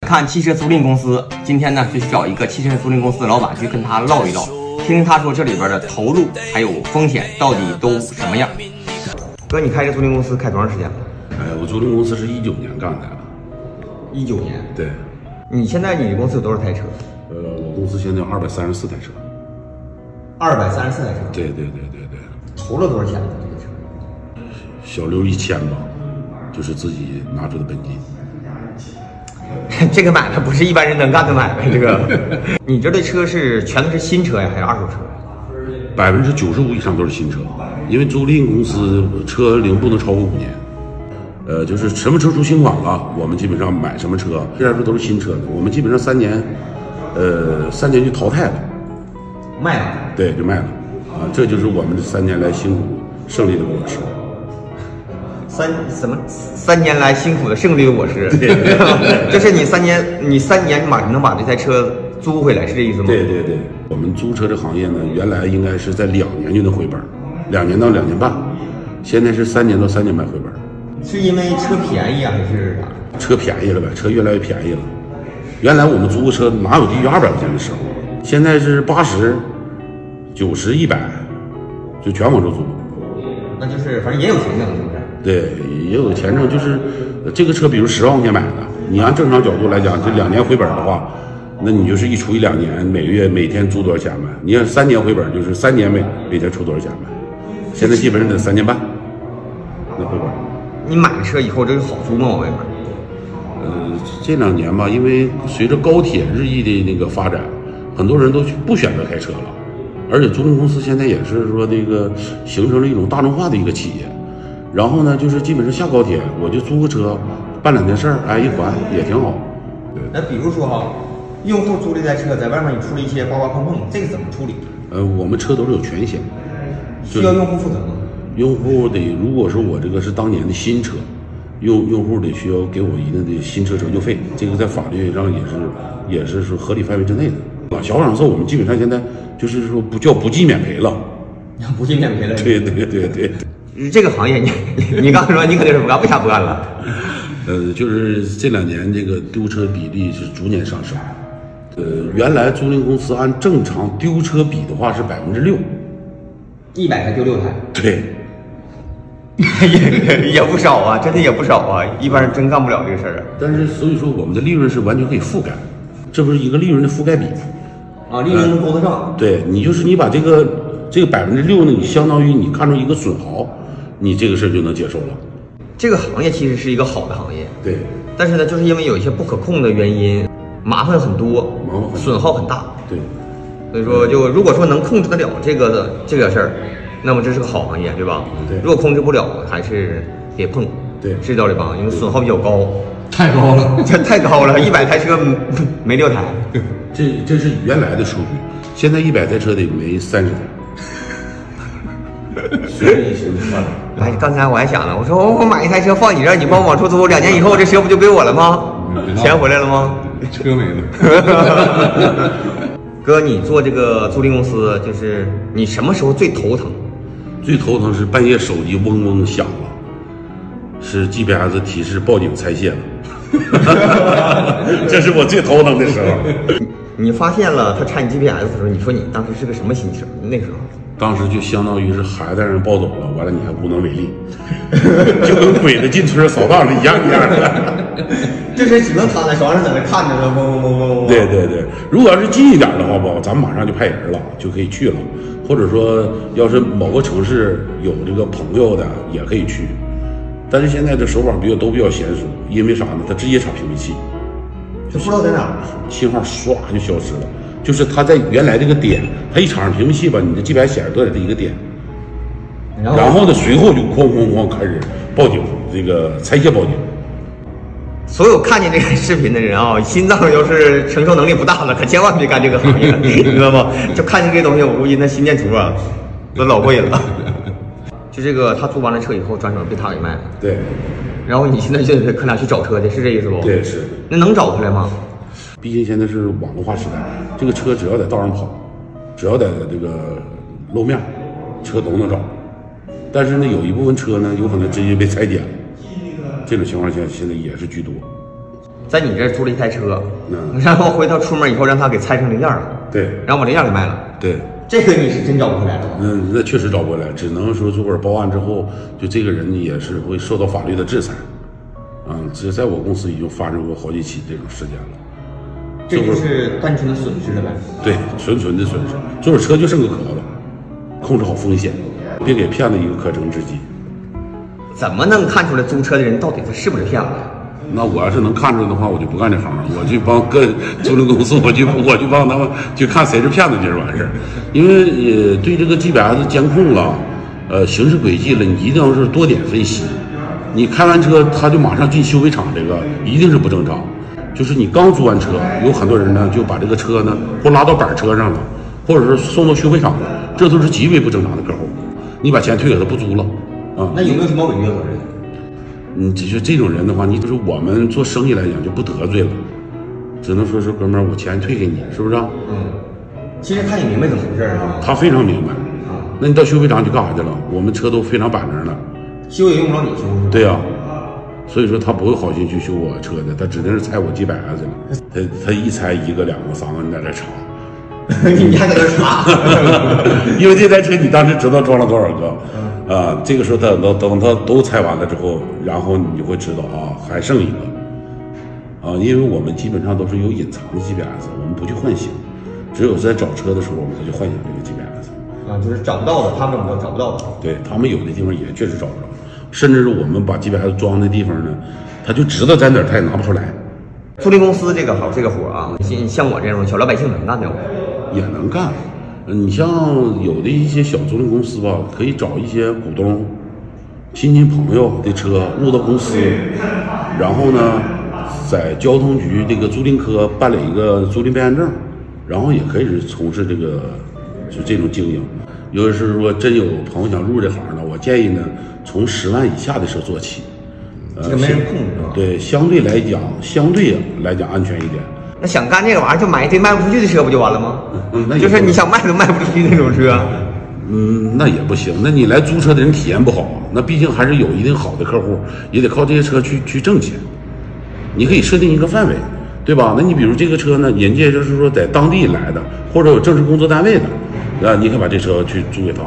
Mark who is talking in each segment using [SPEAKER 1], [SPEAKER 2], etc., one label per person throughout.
[SPEAKER 1] 看汽车租赁公司，今天呢就去找一个汽车租赁公司的老板去跟他唠一唠，听听他说这里边的投入还有风险到底都什么样。哥，你开这租赁公司开多长时间了？
[SPEAKER 2] 呃，我租赁公司是一九年干的，
[SPEAKER 1] 一九年。
[SPEAKER 2] 对，
[SPEAKER 1] 你现在你公司有多少台车？
[SPEAKER 2] 呃，我公司现在有二百三十四台车，
[SPEAKER 1] 二百三十四台车。
[SPEAKER 2] 对对对对对，
[SPEAKER 1] 投了多少钱呢？这个车？
[SPEAKER 2] 小六一千吧，就是自己拿出的本金。
[SPEAKER 1] 这个买卖不是一般人能干的买卖。这个， 你这的车是全都是新车呀，还是二手车呀？
[SPEAKER 2] 百分之九十五以上都是新车，因为租赁公司车龄不能超过五年。呃，就是什么车出新款了，我们基本上买什么车，虽然说都是新车的，我们基本上三年，呃，三年就淘汰了，
[SPEAKER 1] 卖了。
[SPEAKER 2] 对，就卖了。啊，这就是我们这三年来辛苦胜利的果实。
[SPEAKER 1] 三什么三年来辛苦的胜利的果实， 就是你三年，你三年把能把这台车租回来，是这意思吗？
[SPEAKER 2] 对对对，我们租车这行业呢，原来应该是在两年就能回本儿，两年到两年半，现在是三年到三年半回本儿。
[SPEAKER 1] 是因为车便宜啊，还是啥？
[SPEAKER 2] 车便宜了呗，车越来越便宜了。原来我们租个车哪有低于二百块钱的时候，现在是八十、九十、一百，就全往出租。
[SPEAKER 1] 那就是反正也有钱挣，是不是？
[SPEAKER 2] 对，也有钱挣，就是呃这个车，比如十万块钱买的，你按正常角度来讲，这两年回本的话，那你就是一除一两年，每个月每天租多少钱呗？你要三年回本，就是三年每每天出多少钱呗？现在基本上得三年半，那回本。
[SPEAKER 1] 你买车以后这个好租吗？我问问。
[SPEAKER 2] 呃，这两年吧，因为随着高铁日益的那个发展，很多人都去不选择开车了，而且租赁公司现在也是说这个形成了一种大众化的一个企业。然后呢，就是基本上下高铁我就租个车，办两件事儿，哎，一还也挺好。
[SPEAKER 1] 那比如说哈，用户租这台车在外面你出了一些刮刮碰碰，这个怎么处理？
[SPEAKER 2] 呃，我们车都是有权险，
[SPEAKER 1] 需要用户负责吗？
[SPEAKER 2] 用户得如果说我这个是当年的新车，用用户得需要给我一定的新车折旧费，这个在法律上也是也是说合理范围之内的。啊，小两售我们基本上现在就是说不叫不计免赔了。
[SPEAKER 1] 不去免赔的。
[SPEAKER 2] 对对对对，
[SPEAKER 1] 这个行业你你刚才说你肯定是不干，为啥不干了？
[SPEAKER 2] 呃，就是这两年这个丢车比例是逐年上升。呃，原来租赁公司按正常丢车比的话是百分之六，
[SPEAKER 1] 一百台丢六台。
[SPEAKER 2] 对，
[SPEAKER 1] 也也不少啊，真的也不少啊，一般人真干不了这个事儿啊
[SPEAKER 2] 但是所以说我们的利润是完全可以覆盖，这不是一个利润的覆盖比。
[SPEAKER 1] 啊。啊，利润能够得上，
[SPEAKER 2] 对你就是你把这个这个百分之六呢，你相当于你看出一个损耗，你这个事儿就能接受了。
[SPEAKER 1] 这个行业其实是一个好的行业，
[SPEAKER 2] 对，
[SPEAKER 1] 但是呢，就是因为有一些不可控的原因，麻烦很多
[SPEAKER 2] 麻烦很，多
[SPEAKER 1] 损耗很大。
[SPEAKER 2] 对，
[SPEAKER 1] 所以说，就如果说能控制得了这个的这个事儿，那么这是个好行业，对吧？
[SPEAKER 2] 嗯对
[SPEAKER 1] 如果控制不了，还是别碰。
[SPEAKER 2] 对
[SPEAKER 1] 是这道理吧？因为损耗比较高，
[SPEAKER 3] 太高了。
[SPEAKER 1] 这太高了，一百台车嗯没六台。
[SPEAKER 2] 这这是原来的数据，现在一百台车得没三十台。随着疫情发展。
[SPEAKER 1] 哎，刚才我还想呢，我说哦我我买一台车放你这儿，你帮我往出租，两年以后这车不就归我了吗？钱回来了吗？
[SPEAKER 3] 车没了，
[SPEAKER 1] 哥，你做这个租赁公司，就是你什么时候最头疼？
[SPEAKER 2] 最头疼是半夜手机嗡嗡响了，是 GPS 提示报警拆卸了， 这是我最头疼的时候。
[SPEAKER 1] 你发现了他拆你 GPS 的时候，你说你当时是个什么心情？那个时候，
[SPEAKER 2] 当时就相当于是孩子让人抱走了，完了你还无能为力， 就跟鬼子进村扫荡是一样一样的。
[SPEAKER 1] 就是只能躺在床上在那看着他嗡嗡嗡嗡嗡。
[SPEAKER 2] 对对对，如果要是近一点的话吧，咱们马上就派人了，就可以去了。或者说，要是某个城市有这个朋友的，也可以去。但是现在这手法比较都比较娴熟，因为啥呢？它直接查屏蔽器，
[SPEAKER 1] 就不知道在哪儿。
[SPEAKER 2] 信号唰就消失了。就是它在原来这个点，它一插上屏蔽器吧，你的 GPS 显示都在这一个点，
[SPEAKER 1] 然
[SPEAKER 2] 然后呢，随后就哐哐哐开始报警，这个拆卸报警。
[SPEAKER 1] 所有看见这个视频的人啊，心脏要是承受能力不大了，可千万别干这个行业，你知道 吗？就看见这东西，我估计那心电图 啊，都老过瘾了。就这个，他租完了车以后，转手被他给卖了，
[SPEAKER 2] 对，
[SPEAKER 1] 然后你现在就得可俩去找车去，是这意思不？
[SPEAKER 2] 对是。
[SPEAKER 1] 那能找回来吗？
[SPEAKER 2] 毕竟现在是网络化时代，这个车只要在道上跑，只要在这个路面，车都能找。但是呢，有一部分车呢，有可能直接被拆点了，这种情况下现在也是居多。
[SPEAKER 1] 在你这儿租了一台车，
[SPEAKER 2] 嗯
[SPEAKER 1] 然后回头出门以后让他给拆成零件了，
[SPEAKER 2] 对
[SPEAKER 1] 然后把零件给卖了，
[SPEAKER 2] 对，
[SPEAKER 1] 这个你是真找不回来了吧？
[SPEAKER 2] 嗯，那确实找不回来，只能说如果报案之后，就这个人也是会受到法律的制裁。啊、这在我公司已经发生过好几起这种事件了。
[SPEAKER 1] 这就是单纯的损失了呗。
[SPEAKER 2] 对，纯纯的损失，就是车就剩个壳了，控制好风险，别给骗子一个可乘之机。
[SPEAKER 1] 怎么能看出来租车的人到底他是不是骗子？
[SPEAKER 2] 那我要是能看出来的话，我就不干这行了，我去帮各租赁公司，我去我去帮他们去看谁是骗子，就是完事儿。因为也对这个 GPS 监控了，呃，行驶轨迹了，你一定要是多点分析。你开完车，他就马上进修理厂，这个一定是不正常。就是你刚租完车，有很多人呢就把这个车呢或拉到板车上了，或者是送到修配厂了，这都是极为不正常的客户。你把钱退给他不租了，啊，
[SPEAKER 1] 那有没有什么违约责任？
[SPEAKER 2] 你只是嗯这种人的话，你就是我们做生意来讲就不得罪了，只能说是哥们儿，我钱退给你，是不是、啊？
[SPEAKER 1] 其实他也明白怎么回事儿啊，
[SPEAKER 2] 他非常明白。那你到修配厂去干啥去了？我们车都非常摆那儿了。
[SPEAKER 1] 修也用不着你修是吧？
[SPEAKER 2] 对呀、啊所以说他不会好心去修我车的，他指定是拆我 G 百 S 了。他他一拆一个、两个、三个，你在这查，
[SPEAKER 1] 你还在这耍？
[SPEAKER 2] 因为这台车你当时知道装了多少个，啊、这个时候他等等他都拆完了之后，然后你就会知道啊，还剩一个。啊，因为我们基本上都是有隐藏的 GPS，我们不去唤醒，只有在找车的时候，我们才去唤醒这个 GPS。
[SPEAKER 1] 啊，就是找不到的，他们找找不到的。
[SPEAKER 2] 对他们有的地方也确实找不着，甚至是我们把 GPS 装的地方呢，他就知道在哪儿，他也拿不出来，
[SPEAKER 1] 租赁公司这个好这个活儿啊，像像我这种小老百姓能干的，我
[SPEAKER 2] 也能干。嗯你像有的一些小租赁公司吧，可以找一些股东、亲戚朋友的车入到公司，然后呢，在交通局这个租赁科办理一个租赁备案证，然后也可以是从事这个就这种经营。尤其是说真有朋友想入这行呢，我建议呢，从十万以下的车做起。呃
[SPEAKER 1] 这个没人控制啊。
[SPEAKER 2] 对，相对来讲，相对来讲安全一点。
[SPEAKER 1] 那想干这个玩意儿，就买一堆卖不出去的车不就完了吗？
[SPEAKER 2] 嗯那也
[SPEAKER 1] 就是
[SPEAKER 2] 不
[SPEAKER 1] 你想卖都卖不出去那种车。
[SPEAKER 2] 嗯，那也不行。那你来租车的人体验不好啊，那毕竟还是有一定好的客户，也得靠这些车去去挣钱。你可以设定一个范围，对吧？那你比如这个车呢，人家就是说在当地来的，或者有正式工作单位的，啊，你可以把这车去租给他。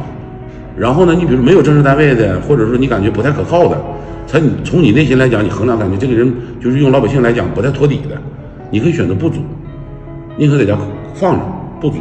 [SPEAKER 2] 然后呢，你比如没有正式单位的，或者说你感觉不太可靠的，他你从你内心来讲，你衡量感觉这个人就是用老百姓来讲不太托底的，你可以选择不租，宁可在家放着不租。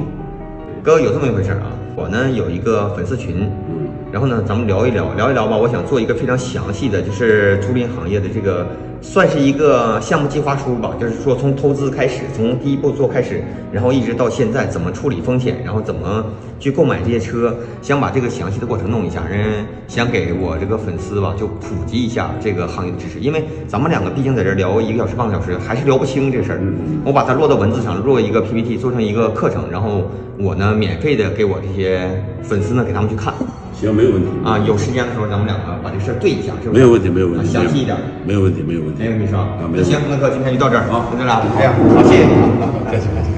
[SPEAKER 1] 哥，有这么一回事儿啊，我呢有一个粉丝群，
[SPEAKER 2] 嗯
[SPEAKER 1] 然后呢，咱们聊一聊，聊一聊吧。我想做一个非常详细的，就是租赁行业的这个，算是一个项目计划书吧。就是说，从投资开始，从第一步做开始，然后一直到现在，怎么处理风险，然后怎么去购买这些车，想把这个详细的过程弄一下，人想给我这个粉丝吧，就普及一下这个行业的知识。因为咱们两个毕竟在这儿聊一个小时、半个小时，还是聊不清这事儿。
[SPEAKER 2] 嗯
[SPEAKER 1] 我把它落到文字上，做一个 PPT，做成一个课程，然后我呢免费的给我这些粉丝呢给他们去看。
[SPEAKER 2] 行，没有问题
[SPEAKER 1] 啊，有时间的时候咱们两个把这事儿对一下，是不是？
[SPEAKER 2] 没有问题，没有问题，
[SPEAKER 1] 啊详细一点儿，
[SPEAKER 2] 没有问题，没有问题，
[SPEAKER 1] 没有问题是吧？
[SPEAKER 2] 啊，
[SPEAKER 1] 那
[SPEAKER 2] 没有问题
[SPEAKER 1] 行，那哥今天就到这儿
[SPEAKER 2] 啊
[SPEAKER 1] 那咱俩就这样，好，谢谢你啊。
[SPEAKER 2] 好，再见，再见。